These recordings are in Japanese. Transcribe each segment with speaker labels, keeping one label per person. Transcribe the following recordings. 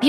Speaker 1: 美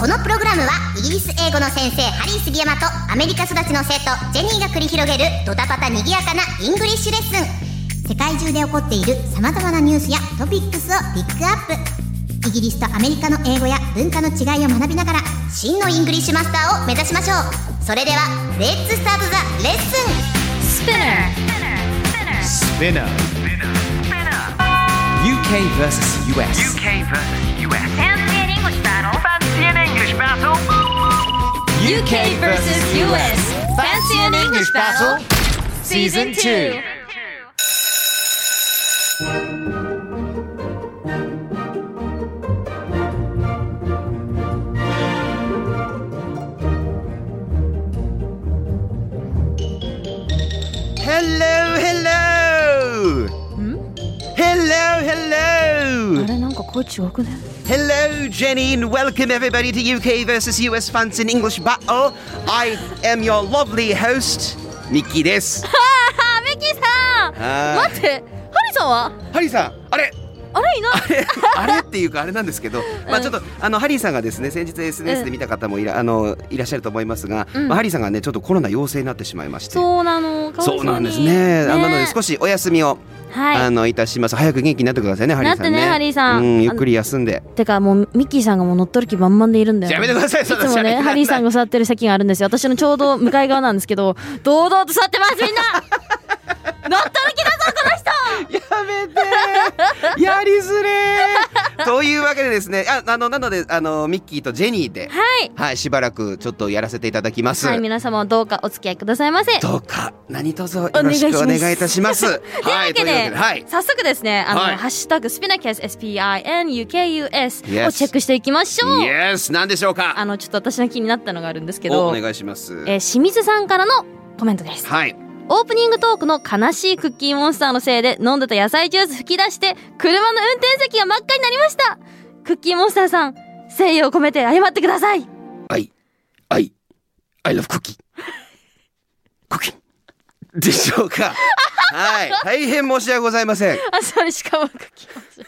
Speaker 2: このプログラムはイギリス英語の先生ハリー杉山とアメリカ育ちの生徒ジェニーが繰り広げるドタパタにぎやかなイングリッシュレッスン世界中で起こっている様々なニュースやトピックスをピックアップイギリスとアメリカの英語や文化の違いを学びながら真のイングリッシュマスターを目指しましょうそれではレッツスタートザレッスン
Speaker 3: Spinner. UK versus US.
Speaker 4: UK versus US. Fancy an English battle. Fancy an English battle.
Speaker 3: UK versus US. Fancy an English battle? Season 2.
Speaker 5: あ
Speaker 3: Hello,
Speaker 5: れなんか声違くね
Speaker 3: hello, Jenny, and welcome everybody to UK versus US Fancy in English Battle. I am your lovely host, Nikki です。
Speaker 5: ああミキさん
Speaker 3: は
Speaker 5: 待ってハリさん
Speaker 3: ー
Speaker 5: は
Speaker 3: いハリーさん、あれ
Speaker 5: あれいない
Speaker 3: あれっていうかあれなんですけど、まあちょっとあのハリーさんがですね先日 SNS で見た方もいら,、あのいらっしゃると思いますが、
Speaker 5: うん
Speaker 3: まあ、ハリーさんがねちょっとコロナ陽性になってしまいまして。
Speaker 5: そうなのかわい
Speaker 3: そう
Speaker 5: に
Speaker 3: なんですね。あなので少しお休みを、
Speaker 5: は
Speaker 3: あ
Speaker 5: い
Speaker 3: のいたします。早く元気になってくださいね、ハリーさんね。
Speaker 5: なってねハリーさん
Speaker 3: うん、ゆっくり休んで。
Speaker 5: てかもうミッキーさんがもう乗っ取る気満々でいるんだよ
Speaker 3: やめてください。
Speaker 5: い
Speaker 3: そんな
Speaker 5: つも
Speaker 3: 喋
Speaker 5: ね
Speaker 3: り
Speaker 5: ハリーさんが座ってる席があるんですよ私のちょうど向かい側なんです けど堂々と座ってますみんな乗っ取る気だぞこの人
Speaker 3: やめて。やりづれー。 というわけでですね、あ、あのなのであのミッキーとジェニーで、
Speaker 5: はい
Speaker 3: はい、しばらくちょっとやらせていただきます。
Speaker 5: はい皆様どうかお付き合いくださいませ
Speaker 3: どうか何卒よろしくお願いいたします。
Speaker 5: というわ
Speaker 3: は
Speaker 5: け
Speaker 3: い、
Speaker 5: で、
Speaker 3: はい。
Speaker 5: 早速ですね、あの、
Speaker 3: はい
Speaker 5: ハッシュタグスピナキャス SPINUKUS
Speaker 3: Yes
Speaker 5: をチェックしていきましょう。
Speaker 3: Yes、何でしょう
Speaker 5: あ
Speaker 3: か。
Speaker 5: の、ちょっと私の気になったのがあるんですけ
Speaker 3: おお
Speaker 5: ど、
Speaker 3: 願いします。
Speaker 5: えー清水さんからのコメントです。
Speaker 3: はい。
Speaker 5: オープニングトークの悲しいクッキーモンスターのせいで飲んでた野菜ジュース吹き出して、車の運転席が真っ赤になりました。クッキーモンスターさん、誠意を込めて謝ってください。
Speaker 3: I I I love cookie cookie でしょうか。はい。大変申し訳ございません。
Speaker 5: あ、それしかもクッキーモンスター。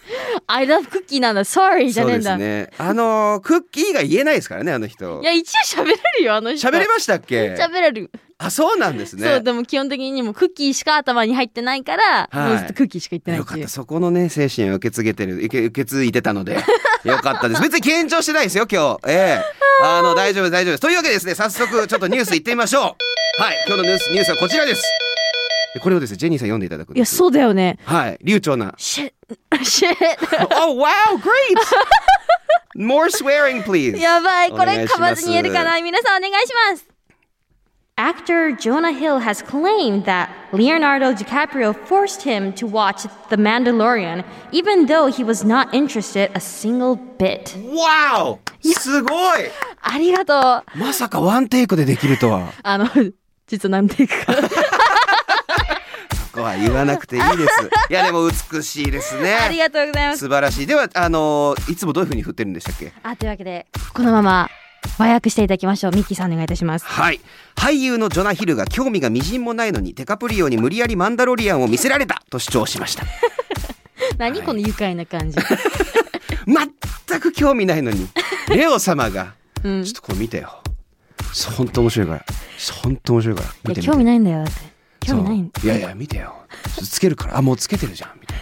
Speaker 5: I love クッキーなんだ。Sorry じゃ
Speaker 3: そう
Speaker 5: ねえ
Speaker 3: で
Speaker 5: んだ。
Speaker 3: すね。あのークッキーが言えないですからねあの人
Speaker 5: い。や、一応喋れるよ、あの人。
Speaker 3: 喋れましたっけ？
Speaker 5: 喋れる。
Speaker 3: あそうなんです
Speaker 5: そう
Speaker 3: ね。
Speaker 5: でも基本的にもうクッキーしか頭に入ってないから、
Speaker 3: はい
Speaker 5: もうずっとクッキーしか言ってない
Speaker 3: よ
Speaker 5: って
Speaker 3: か
Speaker 5: い
Speaker 3: っ
Speaker 5: う
Speaker 3: たそこのね精神を受け継げてる受け受け継いでたの でよかったです別に緊張してないですよ今日ええ あの大丈夫です大丈夫ですというわけでですね早速ちょっとニュースいってみましょうはい今日のニュースニュースはこちらですでこれをですねジェニーさん読んでいただくん
Speaker 5: いや
Speaker 3: です
Speaker 5: そうだよね
Speaker 3: はい流暢な
Speaker 5: シ ェッシェッ
Speaker 3: Oh wow, great! More swearing, please.
Speaker 5: やばいこ
Speaker 3: お願
Speaker 5: れ
Speaker 3: いします
Speaker 5: 噛まずに言えるかな皆さんお願いします Actor Jonah Hill has claimed that Leonardo DiCaprio forced him to watch The Mandalorian, even though he was not interested a single bit.
Speaker 3: Wow! すごい
Speaker 5: ありがとう。
Speaker 3: まさかワンテイクでできるとは。
Speaker 5: あの、実は何ていうか。
Speaker 3: ここは言わなくていいです。 いや、でも美しいです
Speaker 5: あり
Speaker 3: ね。
Speaker 5: がとうございます。
Speaker 3: 素晴らしい。では、あのーいつもどういうふうに振ってるんでしたっけ
Speaker 5: あ、というわけで、このまま和訳していただきましょう。ミッキーさんお願いいたします。
Speaker 3: はい。俳優のジョナ・ヒルが興味がみじんもないのに、デカプリオに無理やりマンダロリアンを見せられたと主張しました。
Speaker 5: 何この愉快な感 じ。
Speaker 3: 全く興味ないのに、レオ様が、ちょっとこれ見てよ。本当面白いから。本当面白いから。見
Speaker 5: い
Speaker 3: て
Speaker 5: や
Speaker 3: 見て
Speaker 5: 興味ないんだよだって興味ないん
Speaker 3: そういやいや見てよつけるからあもうつけてるじゃんみたい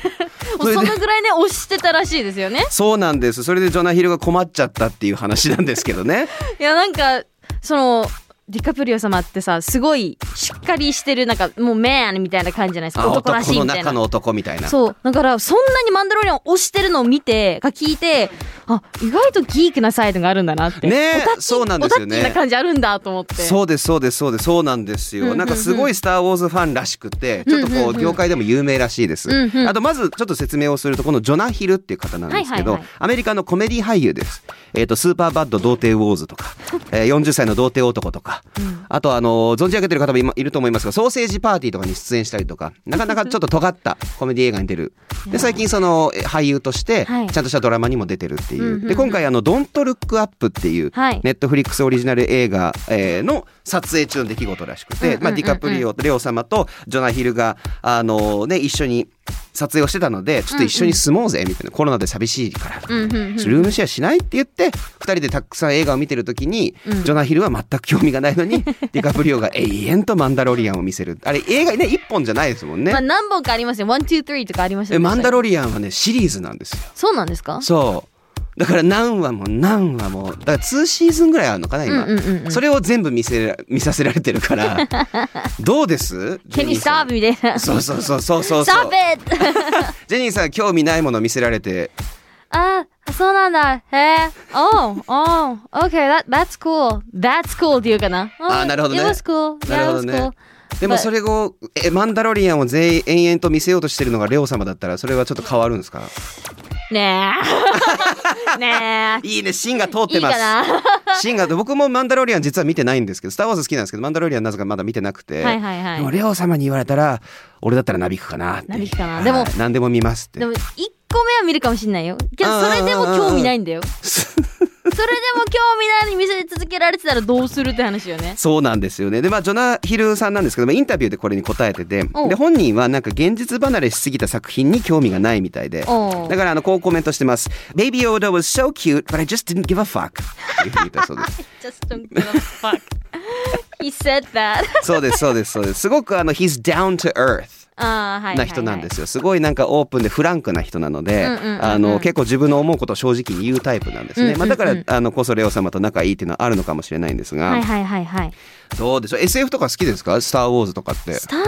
Speaker 3: な
Speaker 5: もうそのぐらいね押してたらしいですよね
Speaker 3: そうなんですそれでジョナヒルが困っちゃったっていう話なんですけど ね
Speaker 5: いやなんかそのディカプリオ様ってさすごいしっかりしてるなんかもうメンみたいな感じじゃないです
Speaker 3: あ
Speaker 5: か男らしい
Speaker 3: の
Speaker 5: みたい
Speaker 3: 中の
Speaker 5: な
Speaker 3: 男みたいな
Speaker 5: そうだからそんなにマンダロリアン押してるのを見てが聞いてあ意外とギークなサイドがあるんだなって
Speaker 3: ねえ
Speaker 5: オタッチ
Speaker 3: そうなんですよね
Speaker 5: オタッチな感じあるんだと思って
Speaker 3: そうですそうですそうですそうなんですよ、なんかすごい「スター・ウォーズ」ファンらしくてちょっとこう業界でも有名らしいです、
Speaker 5: うんうん
Speaker 3: あとまずちょっと説明をするとこのジョナ・ヒルっていう方なんですけど、
Speaker 5: はいはいはい
Speaker 3: アメリカのコメディ俳優です「えー、とスーパーバッド童貞ウォーズ」とか「えー40歳の童貞男」とか、あとあのー存じ上げてる方も今いると思いますが「ソーセージパーティー」とかに出演したりとかなかなかちょっと尖ったコメディ映画に出るで最近そのえー俳優としてち
Speaker 5: は
Speaker 3: ゃん
Speaker 5: い
Speaker 3: としたドラマにも出てるっていう、
Speaker 5: うんうん
Speaker 3: で今回あの「ドントルックアップ」っていう
Speaker 5: はい
Speaker 3: ネットフリックスオリジナル映画、えーの撮影中の出来事らしくて、まあ、ディカプリオ、レオ様とジョナヒルが、あのね、一緒に撮影をしてたので、ちょっと一緒に住もうぜ、みたいな、コロナで寂しいからとか、
Speaker 5: うんうんうん
Speaker 3: ルームシェアしないって言って、二人でたくさん映画を見てるときに、ジョナヒルは全く興味がないの に、ディカプリオが永遠とマンダロリアンを見せる。あれ、映画ね、一本じゃないですもんね。
Speaker 5: まあ、何本かありますよワンツースリーとかありました
Speaker 3: え
Speaker 5: よね
Speaker 3: マンダロリアンはね、シリーズなんですよ。
Speaker 5: そうなんですか
Speaker 3: そう。だから何話も何話も、だから2シーズンぐらいあるのかな、今。
Speaker 5: うんうんうん
Speaker 3: それを全部見せら見させられてる から、どうですジェ
Speaker 5: Can you
Speaker 3: ニーさ
Speaker 5: stop?
Speaker 3: ん
Speaker 5: みたいな
Speaker 3: そうそうそうそうそうそう
Speaker 5: Stop。it!
Speaker 3: ジェニーさん、興味ないもの見せられて、
Speaker 5: あそうなんだへえ Oh oh Okay that, that's cool That's cool って言うかな
Speaker 3: あーなるほどね
Speaker 5: It was cool
Speaker 3: なる
Speaker 5: Yeah
Speaker 3: ほど
Speaker 5: it was
Speaker 3: ね
Speaker 5: cool
Speaker 3: でもそれを、え、マンダロリアンを全員延々と見せようとしてるのがレオ様だったら、それはちょっと変わるんですか
Speaker 5: ね えね
Speaker 3: いいね、芯が通っ
Speaker 5: えい
Speaker 3: て
Speaker 5: い
Speaker 3: ます。
Speaker 5: かな
Speaker 3: 芯が、僕もマンダロリアン実は見てないんですけど、スター・ウォーズ好きなんですけど、マンダロリアンなぜかまだ見てなくて、
Speaker 5: はいはいはい
Speaker 3: でもレオ様に言われたら、俺だったらなびくかなっていう
Speaker 5: なびくかなでも
Speaker 3: はい何でも見ますって。
Speaker 5: でも1個目は見るかもしれないよけどそれでも興味ないんだよ それでも興味ないのに見せ続けられてたらどうするって話よね
Speaker 3: そうなんですよね。で、まあ、ジョナ・ヒルさんなんですけども、インタビューでこれに答えてて、
Speaker 5: おう
Speaker 3: で、本人はなんか現実離れしすぎた作品に興味がないみたいで、
Speaker 5: おう
Speaker 3: だからあの、こうコメントしてます。Baby Yoda was so cute, but I just didn't give a fuck. っていうふうに言ったそう です。
Speaker 5: Just don't give a fuck He said that
Speaker 3: そうです、そうです、そうです。すごくあの、he's down to earth
Speaker 5: あーはいはいはい
Speaker 3: な人なんですよ。すごいなんかオープンでフランクな人なので、
Speaker 5: うんうんうんうん
Speaker 3: あの、結構自分の思うことを正直に言うタイプなんですね。
Speaker 5: うんうん
Speaker 3: まあ、
Speaker 5: うん
Speaker 3: だから、あの、こそレオ様と仲いいっていうのはあるのかもしれないんですが、
Speaker 5: はいはいはいはい
Speaker 3: どうでしょう ?SF とか好きですかスター・ウォーズとかって。
Speaker 5: スター・ウォ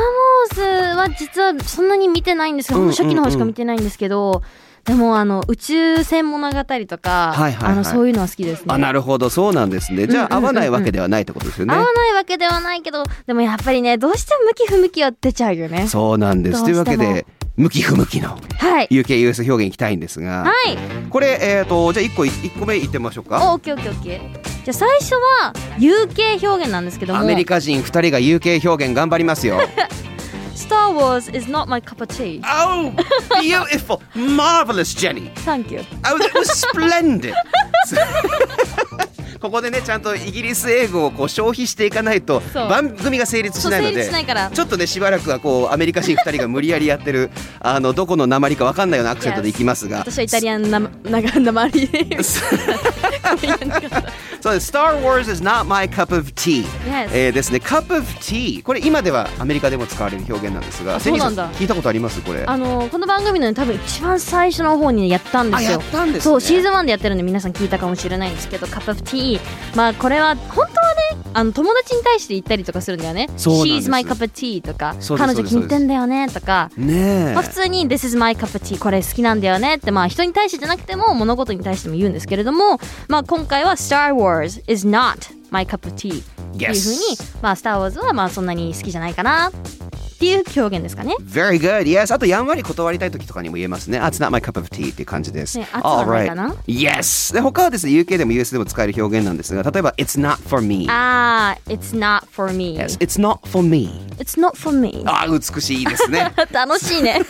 Speaker 5: ーズは実はそんなに見てないんですが、
Speaker 3: うんうんうん
Speaker 5: 初期の方しか見てないんですけど、でもあの宇宙船物語と
Speaker 3: は
Speaker 5: か、
Speaker 3: いはいはい
Speaker 5: あのそういうのは好きですね。
Speaker 3: あなるほどそうなんですねじゃあ合わないわけではないってことですよね、
Speaker 5: 合わないわけではないけど、でもやっぱりね、どうしても向き不向きは出ちゃうよね。
Speaker 3: そうなんですと
Speaker 5: ど
Speaker 3: いううわ
Speaker 5: して
Speaker 3: け
Speaker 5: も
Speaker 3: で向き不向きの
Speaker 5: はい。
Speaker 3: UKUS 表現いきたいんですが、
Speaker 5: はい。
Speaker 3: これえっ、とじゃあ1個い一個目いってみましょうか
Speaker 5: お、オッケーオッケーオッケー。じゃあ最初は UK 表現なんですけども、
Speaker 3: アメリカ人2人が UK 表現頑張ります よ
Speaker 5: Star Wars is not my cup of tea.
Speaker 3: Oh beautiful marvelous Jenny
Speaker 5: Thank you.
Speaker 3: Oh that was splendid ここでねちゃんとイギリス英語をこう消費していかないと
Speaker 5: そう
Speaker 3: 番組が成立し
Speaker 5: そう
Speaker 3: ないの
Speaker 5: 成
Speaker 3: で
Speaker 5: 立しないから。
Speaker 3: ちょっとねしばらくはこうアメリカ人2人が無理やりやってるあのどこの鉛かわかんないようなアクセントでいきますが
Speaker 5: 私は イタリアンな、 なが、なまり。
Speaker 3: そうです Star Wars is not my cup of tea、
Speaker 5: Yes.
Speaker 3: えーですね cup of tea これ今ではアメリカでも使われる表現なんですが
Speaker 5: あそうなん
Speaker 3: セニー
Speaker 5: だ
Speaker 3: さ聞いたことありますこれ
Speaker 5: あのこの番組のね多分一番最初の方にねやったんです
Speaker 3: や
Speaker 5: よ
Speaker 3: ったんですね
Speaker 5: そうシーズン1でやってるんで皆さん聞いたかもしれないんですけど「カップ・オブ・ティー」まあこれは本当はねあの友達に対して言ったりとかするんだよね「
Speaker 3: そうなんです
Speaker 5: She's my cup of tea」とか
Speaker 3: そう
Speaker 5: 「
Speaker 3: です
Speaker 5: 彼女気に入ってんだよね」とか。
Speaker 3: ねえ
Speaker 5: まあ、普通に「This is my cup of tea」これ好きなんだよねってまあ人に対してじゃなくても物事に対しても言うんですけれども、まあ、今回は「Star Wars is not my cup of tea」っていう
Speaker 3: Yes
Speaker 5: ふうに「まあ、Star Wars」はまあそんなに好きじゃないかなっていう表現ですかね。
Speaker 3: Very good. Yes. あとやんわり断りたい時とかにも言えますね。あ It's not my cup of tea っていう感じです。
Speaker 5: ね熱はないかな
Speaker 3: Alright. Yes. で他はですね UK でも US でも使える表現なんですが、例えば It's not for me.
Speaker 5: ああ、It's not for me.
Speaker 3: Yes. It's not for me.
Speaker 5: It's not for me.
Speaker 3: あー美しいです ね。
Speaker 5: 楽しい ね。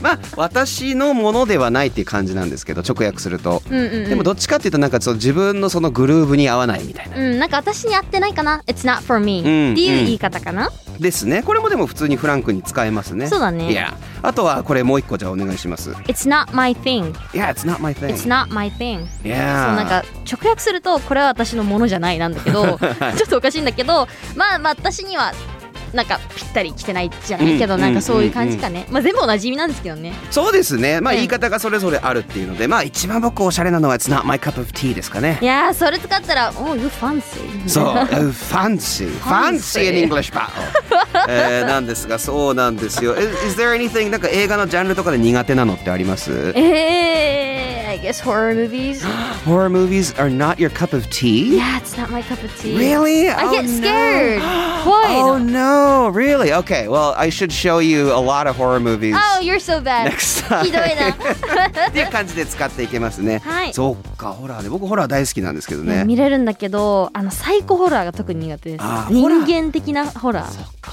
Speaker 3: まあ私のものではないっていう感じなんですけど直訳すると、
Speaker 5: うんうんうん
Speaker 3: でもどっちかっていうとなんかその自分のそのグルーブに合わないみたいな
Speaker 5: うん、なんか私に合ってないかな。It's not for me. って
Speaker 3: ん
Speaker 5: いう言い方かな。
Speaker 3: ですねこれもでも普通にフランクに使えますね
Speaker 5: そうだね
Speaker 3: いやあとはこれもう一個じゃあお願いします
Speaker 5: It's not my thing.
Speaker 3: Yeah it's not my thing
Speaker 5: It's not my thing.
Speaker 3: い
Speaker 5: そうなん
Speaker 3: や
Speaker 5: か直訳するとこれは私のものじゃないなんだ けどちょっとおかしいんだけどまあまあ私にはなんかぴったり来てないじゃないけど、
Speaker 3: うん
Speaker 5: なんかそういう感じかね、まあ全部同じ意味なんですけどね
Speaker 3: そうですねまあ
Speaker 5: うん
Speaker 3: 言い方がそれぞれあるっていうのでまあ一番僕おしゃれなのは It's not my cup of tea ですかね
Speaker 5: いやーそれ使ったら「Oh you fancy」
Speaker 3: そう、fancy, fancy in English battle、えー、なんですが、そうなんですよ。Is, is there anything なんか映画のジャンルとかで苦手なのってあります？
Speaker 5: ええ guess horror movies.
Speaker 3: Horror movies are not your cup of tea?
Speaker 5: yeah, it's not my cup of tea.
Speaker 3: Really?
Speaker 5: I
Speaker 3: Oh,
Speaker 5: get
Speaker 3: no.
Speaker 5: scared. What?
Speaker 3: Oh no, really? Okay, well, I should show you a lot of horror movies.
Speaker 5: Oh, you're so bad.
Speaker 3: Next time.
Speaker 5: ひどいな。
Speaker 3: っていう感じで使っていけますね。
Speaker 5: はい
Speaker 3: そっか、ホラーで僕ホラー大好きなんですけど ね。
Speaker 5: 見れるんだけど、あのサイコホラーが特に苦手です
Speaker 3: あ。ーホラ
Speaker 5: 人
Speaker 3: ー
Speaker 5: 間的なホラー。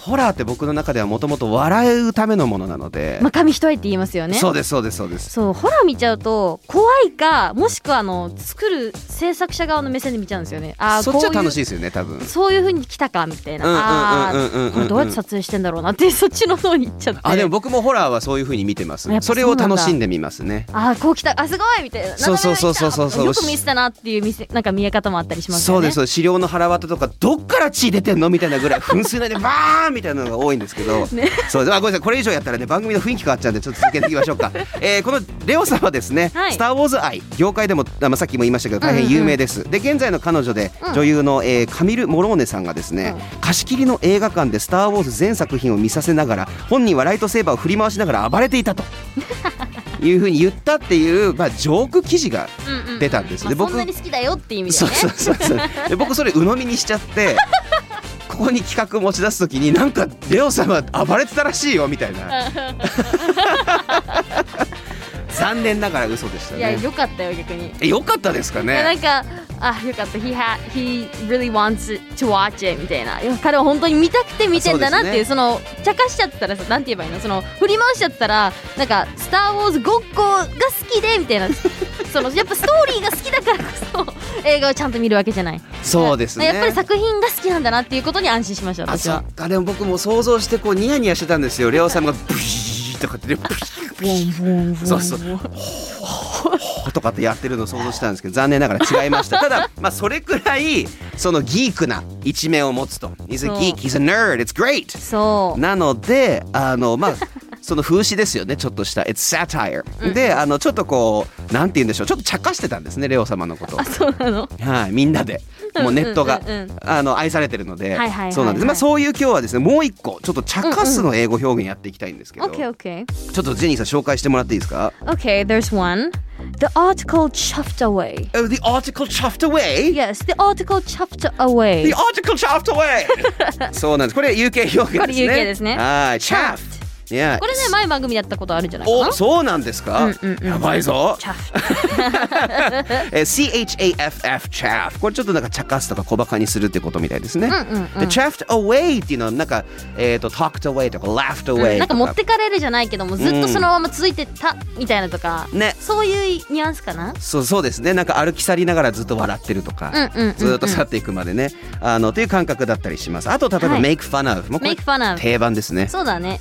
Speaker 3: ホラーって僕の中ではもともと笑うためのものなので。
Speaker 5: まあ、紙一重って言いますよね。
Speaker 3: そうです、そうです、そうです。
Speaker 5: そうホラー見ちゃうと怖いかもしくはあの作る制作者側の目線で見ちゃうんですよねああ
Speaker 3: そっちは楽しい
Speaker 5: い
Speaker 3: ですよね、多分。
Speaker 5: そういう風に来たかみたいな
Speaker 3: うんうん
Speaker 5: あ
Speaker 3: うんうんうんうん
Speaker 5: ーこれどうやって撮影してんだろうなってそっちの方に行っちゃって
Speaker 3: あ、でも僕もホラーはそういう風に見てます
Speaker 5: やっ。ぱ
Speaker 3: それを楽しんでみますね。
Speaker 5: あーこう来たあすごいみたいな
Speaker 3: そうそうそうそうそうそう
Speaker 5: 斜め上に来たよく見せたなっていう見せなんか見え方もあったりします
Speaker 3: そ
Speaker 5: よ
Speaker 3: う
Speaker 5: ね
Speaker 3: です、そうです資料の腹渡とか、どっから血出てんのみたいなぐらい、噴水内でバーンみたいなのが多いんですけ ど。そうです、あ、ごめんなさい、これ以上やったらね、番組の雰囲気変わっちゃうんで、ちょっと続けていきまし ょうか。えーこのレオさんはですね、
Speaker 5: はい
Speaker 3: スターウォーズ愛、業界でも、あまあ、さっきも言いましたけど、大変有名です。で、現在の彼女で、女優の、えーカミルモローネさんがですね。貸し切りの映画館で、スターウォーズ全作品を見させながら、本人はライトセーバーを振り回しながら暴れていたと。いうふうに言ったっていう、まあ、ジョーク記事が
Speaker 5: うんうん
Speaker 3: 出たんです。
Speaker 5: まあ
Speaker 3: で、
Speaker 5: そんなに好きだよっていう意味で
Speaker 3: そう
Speaker 5: ね
Speaker 3: そうそうそうで僕それ鵜呑みにしちゃって ここに企画持ち出す時になんかレオ様暴れてたらしいよみたい な 残念ながら嘘でした
Speaker 5: いや
Speaker 3: ね
Speaker 5: よかったよ逆に
Speaker 3: えよかったですか
Speaker 5: いやなん
Speaker 3: ね
Speaker 5: かあよかった he, ha he really wants to watch it みたいないや彼は本当に見たくて見てんだなっていうそ
Speaker 3: そ
Speaker 5: の茶化しちゃったらさなんて言えばいいのその振り回しちゃったらなんか「スター・ウォーズ」ごっこが好きでみた いなそのやっぱストーリーが好きだからこそ映画をちゃんと見るわけじゃない
Speaker 3: そうですね
Speaker 5: やっぱり作品が好きなんだなっていうことに安心しました
Speaker 3: あ
Speaker 5: 私
Speaker 3: そ
Speaker 5: は
Speaker 3: っかでも僕も想像してこうニヤニヤしてたんですよレオ様がブシーとかってねブシーブシーそうそうほーほーとかってやってるのを想像してたんですけど残念ながら違いましたただまあそれくらいそのギークな一面を持つと He's a
Speaker 5: そう
Speaker 3: geek, he's a nerd, it's great
Speaker 5: そう
Speaker 3: なのであのまあその風刺ですよねちょっとした「It's satire」であのちょっとこうなんて言うんでしょうちょっと茶化してたんですねレオ様のことを
Speaker 5: あそうなの
Speaker 3: はい、みんなでもうネットが
Speaker 5: うんうんうんうん
Speaker 3: あの愛されてるので
Speaker 5: はいはいはいはい
Speaker 3: そうなんですまあそういう今日はですねもう一個ちょっと茶化すの英語表現やっていきたいんですけどちょ
Speaker 5: OKOK
Speaker 3: っとジェニーさん紹介してもらっていいですか
Speaker 5: OK there's one The article chuffed away
Speaker 3: Oh, the article chuffed away?
Speaker 5: Yes the article chuffed away
Speaker 3: The article chuffed away! そうなんです。これ UK 表現ですね。
Speaker 5: これ UK です
Speaker 3: は
Speaker 5: ね
Speaker 3: い、chaffed。いや、
Speaker 5: これね前番組やったことあるんじゃないかな
Speaker 3: お、そうなんですか、
Speaker 5: うんうんうん
Speaker 3: やばいぞ。
Speaker 5: チャフ
Speaker 3: えー CHAFF chaff これちょっとなんか茶化すとか小バカにするってことみたいですね、
Speaker 5: うんうんうん
Speaker 3: で chaffed away っていうのはなんかえっ、と talked away とか laughed away とか、
Speaker 5: なんか持ってかれるじゃないけどもずっとそのまま続いてたみたいなとか、
Speaker 3: ね
Speaker 5: そういうニュアンスかな
Speaker 3: そうそうですねなんか歩き去りながらずっと笑ってるとか、
Speaker 5: うんうんうんうん
Speaker 3: ずーっと去っていくまでねあのという感覚だったりしますあと例えば、
Speaker 5: はい
Speaker 3: make fun of もうこれ
Speaker 5: Make fun of
Speaker 3: 定番ですね
Speaker 5: そうだね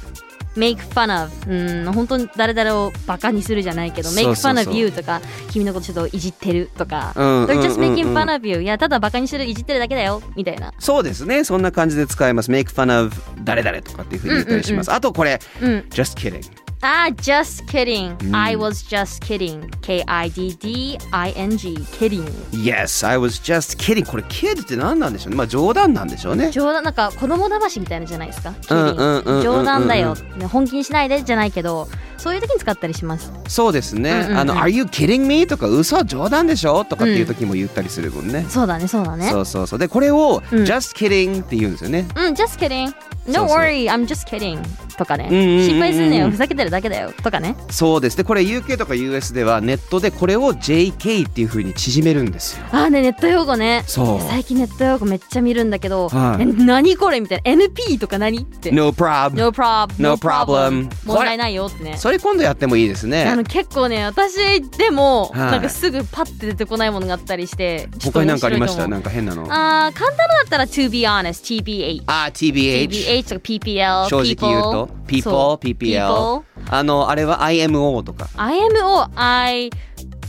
Speaker 5: make fun of うん本当に誰々をバカにするじゃないけど
Speaker 3: そうそう
Speaker 5: make
Speaker 3: そう
Speaker 5: fun of you とか君のことちょっといじってるとか、
Speaker 3: うんうんうんうん
Speaker 5: they're just making fun of you いやただバカにしてるいじってるだけだよみたいな
Speaker 3: そうですねそんな感じで使えます make fun of 誰々とかっていうふうに言ったりします、あとこれ、just kidding
Speaker 5: あー just kidding、I was just kidding K-I-D-D-I-N-G kidding
Speaker 3: yes I was just kidding これ kid って何なんでしょうねまあ冗談なんでしょうね
Speaker 5: 冗談なんか子供騙しみたいなのじゃないですか、
Speaker 3: うんうんうんうんうん
Speaker 5: 冗談だよ、ね本気にしないでじゃないけどそういう時に使ったりします
Speaker 3: そうですね、
Speaker 5: うんうんうん
Speaker 3: あの Are you kidding me? とか嘘冗談でしょとかっていう時も言ったりするもんね、
Speaker 5: そうだねそうだね
Speaker 3: そうそうそうでこれを、
Speaker 5: うん
Speaker 3: just kidding って言うんですよね
Speaker 5: うん just kidding
Speaker 3: そ
Speaker 5: no
Speaker 3: うそう
Speaker 5: worry I'm just kidding とかね、
Speaker 3: うんうんうんうん
Speaker 5: 心配すんなよふざけてるだけだよとかね
Speaker 3: そうですでこれ UK とか US ではネットでこれを JK っていう風に縮めるんですよ
Speaker 5: ああねネット用語ね
Speaker 3: そう
Speaker 5: 最近ネット用語めっちゃ見るんだけど、
Speaker 3: はい
Speaker 5: え何これみたいな NP とか何って、
Speaker 3: No prob
Speaker 5: no prob
Speaker 3: No problem
Speaker 5: 問題ないよってね
Speaker 3: それ今度やってもいいです
Speaker 5: あ
Speaker 3: ね
Speaker 5: の結構ね私でも、
Speaker 3: はい
Speaker 5: なんかすぐパッて出てこないものがあったりしてちょっと
Speaker 3: 他に
Speaker 5: 面
Speaker 3: 何か
Speaker 5: 白
Speaker 3: あり
Speaker 5: い
Speaker 3: ま
Speaker 5: と
Speaker 3: した
Speaker 5: 思
Speaker 3: な
Speaker 5: うん
Speaker 3: か変なのあ
Speaker 5: あー簡単なのだったら To be honest
Speaker 3: ー
Speaker 5: TBH
Speaker 3: TBH
Speaker 5: TBH とか PPL
Speaker 3: 正直言うと People
Speaker 5: そう
Speaker 3: PPL あのあれは IMO とか
Speaker 5: IMO I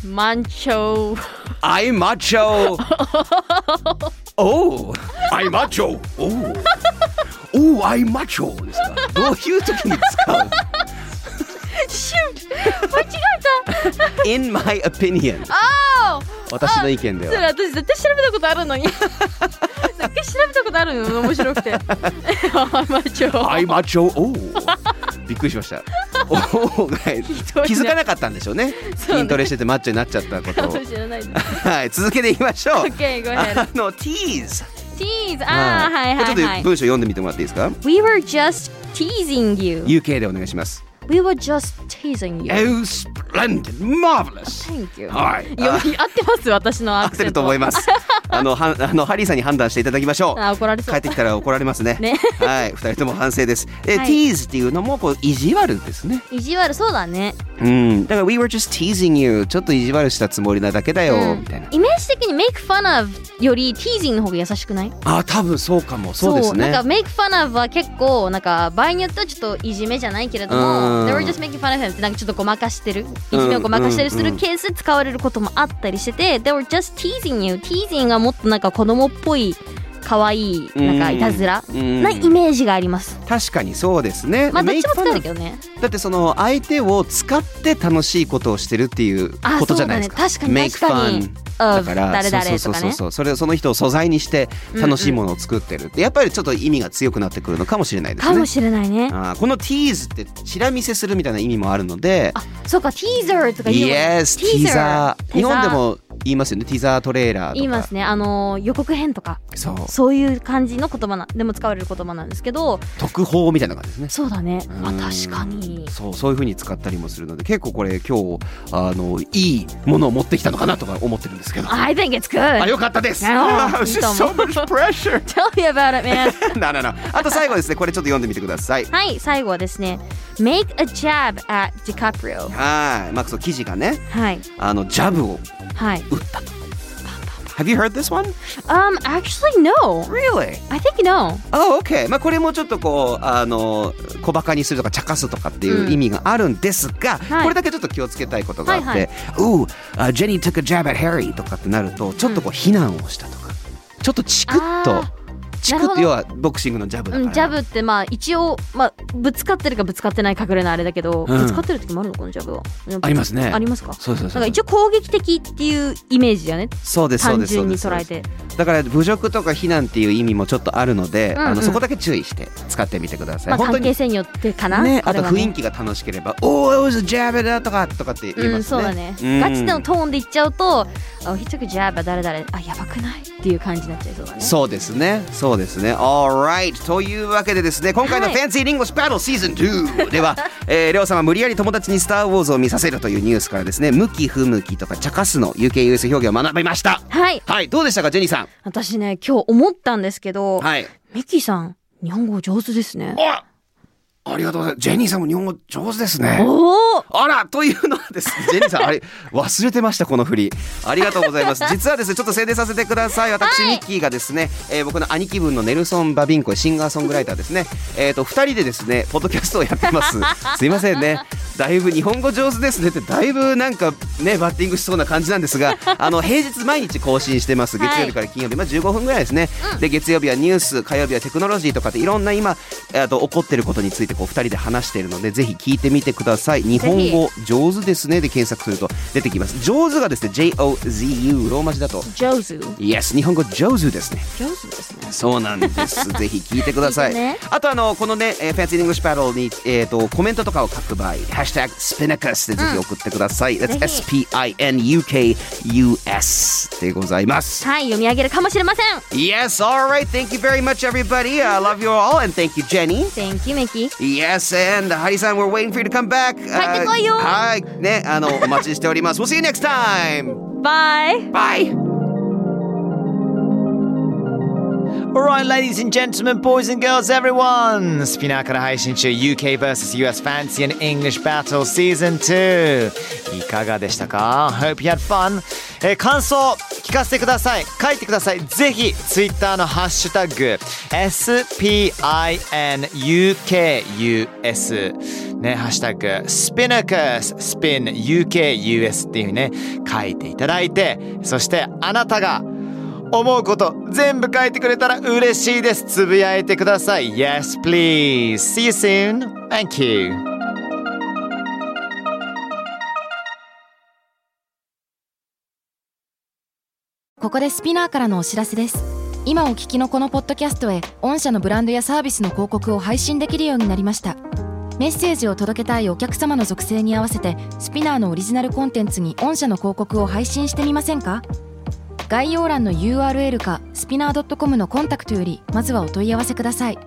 Speaker 5: マンチョ
Speaker 3: I'm macho Oh I'm macho Oh Oh I'm macho ですかどういう時に使う
Speaker 5: シュッ間違 えた
Speaker 3: In my opinion
Speaker 5: ああ
Speaker 3: 私の意見で
Speaker 5: そ
Speaker 3: は
Speaker 5: れ私絶対調べたことあるのに絶対調べたことあるの 面白くてマンチョ
Speaker 3: I'm macho Oh びっくりしました王が気づかなかったんでしょうね
Speaker 5: そうね
Speaker 3: 筋トレしててマッチョになっちゃったことを
Speaker 5: 私 知らないです。
Speaker 3: はい続けていきましょう
Speaker 5: Okay, go ahead.
Speaker 3: あのティーズ
Speaker 5: Tease. Ah, はい
Speaker 3: これ
Speaker 5: は
Speaker 3: ちょっと
Speaker 5: いはい。
Speaker 3: 文章読んでみてもらっていいですか
Speaker 5: We were just teasing you.
Speaker 3: UK でお願いします。
Speaker 5: We were just teasing you.
Speaker 3: Oh, splendid, marvelous.
Speaker 5: Thank you.
Speaker 3: はい。
Speaker 5: よ合ってます私の
Speaker 3: 合っ
Speaker 5: アク
Speaker 3: て
Speaker 5: セ
Speaker 3: る
Speaker 5: ン
Speaker 3: と
Speaker 5: ト。
Speaker 3: 思い ます。あのはあのハリーさんに判断していただきましょ
Speaker 5: あ
Speaker 3: う。
Speaker 5: 怒られそ
Speaker 3: 帰
Speaker 5: う
Speaker 3: っ。てきたら怒られますね。
Speaker 5: ね
Speaker 3: はい、二人とも反省です。え、
Speaker 5: はい
Speaker 3: ティーズっていうのもこう意地悪ですね。
Speaker 5: 意地悪そうだね。
Speaker 3: うん。だから we were just teasing you ちょっと意地悪したつもりなだけだよ、みたいな。
Speaker 5: イメージ的に make fun of より teasing の方が優しくない？
Speaker 3: あ、多分そうかも。そうですね。
Speaker 5: なんか make fun of は結構なんか場合によってはちょっといじめじゃないけれども、
Speaker 3: うん
Speaker 5: they were just making fun of him ってなんかちょっとごまかしてる、いじめをごまかしたりす
Speaker 3: うんう
Speaker 5: る
Speaker 3: んうん
Speaker 5: ケースで使われることもあったりしてて、they were just teasing you teasing がもっとなんか子供っぽい可愛いなんかいたずら
Speaker 3: うん
Speaker 5: なイメージがあります。
Speaker 3: 確かにそうですね。
Speaker 5: まあどっち
Speaker 3: make
Speaker 5: も使
Speaker 3: fun
Speaker 5: え
Speaker 3: of
Speaker 5: るけどね。
Speaker 3: だってその相手を使って楽しいことをしてるっていう
Speaker 5: あ
Speaker 3: ことじゃないですか。
Speaker 5: そうだね確かに
Speaker 3: Make fun
Speaker 5: 確かに of 誰々
Speaker 3: そ
Speaker 5: と
Speaker 3: うそう
Speaker 5: か
Speaker 3: そう
Speaker 5: ね。
Speaker 3: そう。それその人を素材にして楽しいものを作ってるって、やっぱりちょっと意味が強くなってくるのかもしれないです
Speaker 5: か
Speaker 3: ね。
Speaker 5: もしれないね。
Speaker 3: あーこのティーズってチラ見せするみたいな意味もあるので、
Speaker 5: あ、そうか、ティーザーとか言うもんね
Speaker 3: Yes ティーザー。
Speaker 5: ティ
Speaker 3: 日
Speaker 5: ザー
Speaker 3: 本でも言いますよね。ティーザートレーラーとか。
Speaker 5: 言いますね。あのー予告編とか。
Speaker 3: そう。
Speaker 5: そういう感じの言葉なでも使われる言葉なんですけど
Speaker 3: 特報みたいな感じですね。
Speaker 5: そうだねあ
Speaker 3: うん
Speaker 5: 確かに
Speaker 3: そうそういう風に使ったりもするので結構これ今日あのいいものを持ってきたのかなとか思ってるんですけど。
Speaker 5: I think it's
Speaker 3: あ
Speaker 5: good
Speaker 3: よかったです。
Speaker 5: なるほ ど
Speaker 3: It's just
Speaker 5: いいと
Speaker 3: so
Speaker 5: 思う
Speaker 3: much pressure.
Speaker 5: Tell me about it man
Speaker 3: ななな。あと最後ですね。これちょっと読んでみてください。
Speaker 5: はい最後はですね Make a jab at DiCaprio
Speaker 3: はい。マックスの記事がね、
Speaker 5: はい
Speaker 3: あのジャブを。
Speaker 5: はい
Speaker 3: Have you heard this one?
Speaker 5: Um actually no
Speaker 3: Really?
Speaker 5: I think no
Speaker 3: Oh, okay. まあこれもちょっとこうあの小バカにするとか茶化すとかっていう意味があるんですが、
Speaker 5: はい
Speaker 3: これだけちょっと気をつけたいことがあって、
Speaker 5: はいはい
Speaker 3: Ooh, uh, Jenny took a jab at Harry とかってなるとちょっとこう非難をしたとか、ちょっとチクッ
Speaker 5: あ
Speaker 3: と
Speaker 5: ー
Speaker 3: チク
Speaker 5: なる
Speaker 3: ッ
Speaker 5: ほ
Speaker 3: と
Speaker 5: ど
Speaker 3: 要はボクシングのジャブだ
Speaker 5: う
Speaker 3: から。
Speaker 5: んジャブってまあ一応まあぶつかってるかぶつかってないかぐらいのあれだけど
Speaker 3: うん
Speaker 5: ぶつかってる時もあるのこのジャブは
Speaker 3: ありますね。
Speaker 5: ありますか
Speaker 3: そうそうそ
Speaker 5: な
Speaker 3: うん
Speaker 5: か一応攻撃的っていうイメージだよね
Speaker 3: そうですそう
Speaker 5: 単
Speaker 3: ですそう
Speaker 5: 純
Speaker 3: で
Speaker 5: に
Speaker 3: すそう
Speaker 5: 捉
Speaker 3: で
Speaker 5: え
Speaker 3: す
Speaker 5: て
Speaker 3: だから侮辱とか非難っていう意味もちょっとあるので、
Speaker 5: うんうん
Speaker 3: あのそこだけ注意して使ってみてください。
Speaker 5: まあ
Speaker 3: 本当
Speaker 5: 関係
Speaker 3: に
Speaker 5: 性によってかな
Speaker 3: ね、
Speaker 5: こ
Speaker 3: あ
Speaker 5: れ
Speaker 3: と
Speaker 5: は
Speaker 3: 雰囲気が楽しければ「おお it was a jab だ」とかとかって言いますね。
Speaker 5: うん、そうだね、
Speaker 3: うん
Speaker 5: ガチでのトーンで言っちゃうと「あひとくジャーバ誰誰あやばくない?」っていう感じになっちゃいそうだね
Speaker 3: そうですね。そうですね。Alright. というわけでですね、今回の
Speaker 5: はい
Speaker 3: Fancy Linguist Battle Season 2で は、えー、りょう様無理やり友達にスター・ウォーズを見させるというニュースからですね、向き不向きとか茶化すの UKUS 表現を学びました。
Speaker 5: はい
Speaker 3: はい。どうでしたか、ジェニーさん。
Speaker 5: 私ね今日思ったんですけど、
Speaker 3: はい。
Speaker 5: ミキさん日本語上手ですね
Speaker 3: あありがとうございます。ジェニーさんも日本語上手ですね。
Speaker 5: おお
Speaker 3: あらというのはですね、ジェニーさん、あれ、忘れてました、この振り。ありがとうございます。実はですね、ちょっと宣伝させてください。私、
Speaker 5: はい
Speaker 3: ミッキーがですね、えー僕の兄貴分のネルソン・バビンコ、シンガーソングライターですね、えっと、二人でですね、ポッドキャストをやってます。すいませんね。だいぶ日本語上手ですねってだいぶなんかねバッティングしそうな感じなんですがあの平日毎日更新してます月曜日から金曜日、まあ、15分ぐらいですね、で月曜日はニュース火曜日はテクノロジーとかっていろんな今えーあと起こってることについてこう2人で話しているのでぜひ聞いてみてください日本語上手ですねで検索すると出てきます上手がですね JOZU ローマ字だと
Speaker 5: 上手上手
Speaker 3: Yes 日本語上手ですね
Speaker 5: ですね
Speaker 3: そうなん です。ぜひ聞いてください。
Speaker 5: 聞いてね
Speaker 3: あとあのこのね、えー、Fancy English Battle にえっ、とコメントとかを書く場合、ハッシュタグスピナカスでぜひ送ってください。That's
Speaker 5: ぜ
Speaker 3: S P I N U K U S でございます。
Speaker 5: はい読み上げるかもしれません
Speaker 3: Yes, all right. Thank you very much, everybody. I love you all, and thank you, Jenny.
Speaker 5: Thank you ミキ
Speaker 3: Yes, and ハリーさん、we're waiting for you to come back. Uh,
Speaker 5: 帰ってこいよ
Speaker 3: あーはい、ね、あのお待ちしております。we'll see you next time.
Speaker 5: Bye
Speaker 3: Bye.
Speaker 6: Alright, ladies and gentlemen, boys and girls, everyone! スピナーから配信中 UK vs. US Fancy and English Battle Season 2いかがでしたか ?Hope you had fun! Eh, えー感想聞かせてください書いてくださいぜひ Twitter のハッシュタグ SPINUKUS ね、ハッシュタグスピナカススピン UKUS っていうね書いていただいてそしてあなたが思うこと全部書いてくれたら嬉しいですつぶやいてください Yes please See you soon Thank you
Speaker 5: メッセージを届けたいお客様の属性に合わせてスピナーのオリジナルコンテンツに御社の広告を配信してみませんか概要欄の URL かスピナー .com のコンタクトよりまずはお問い合わせください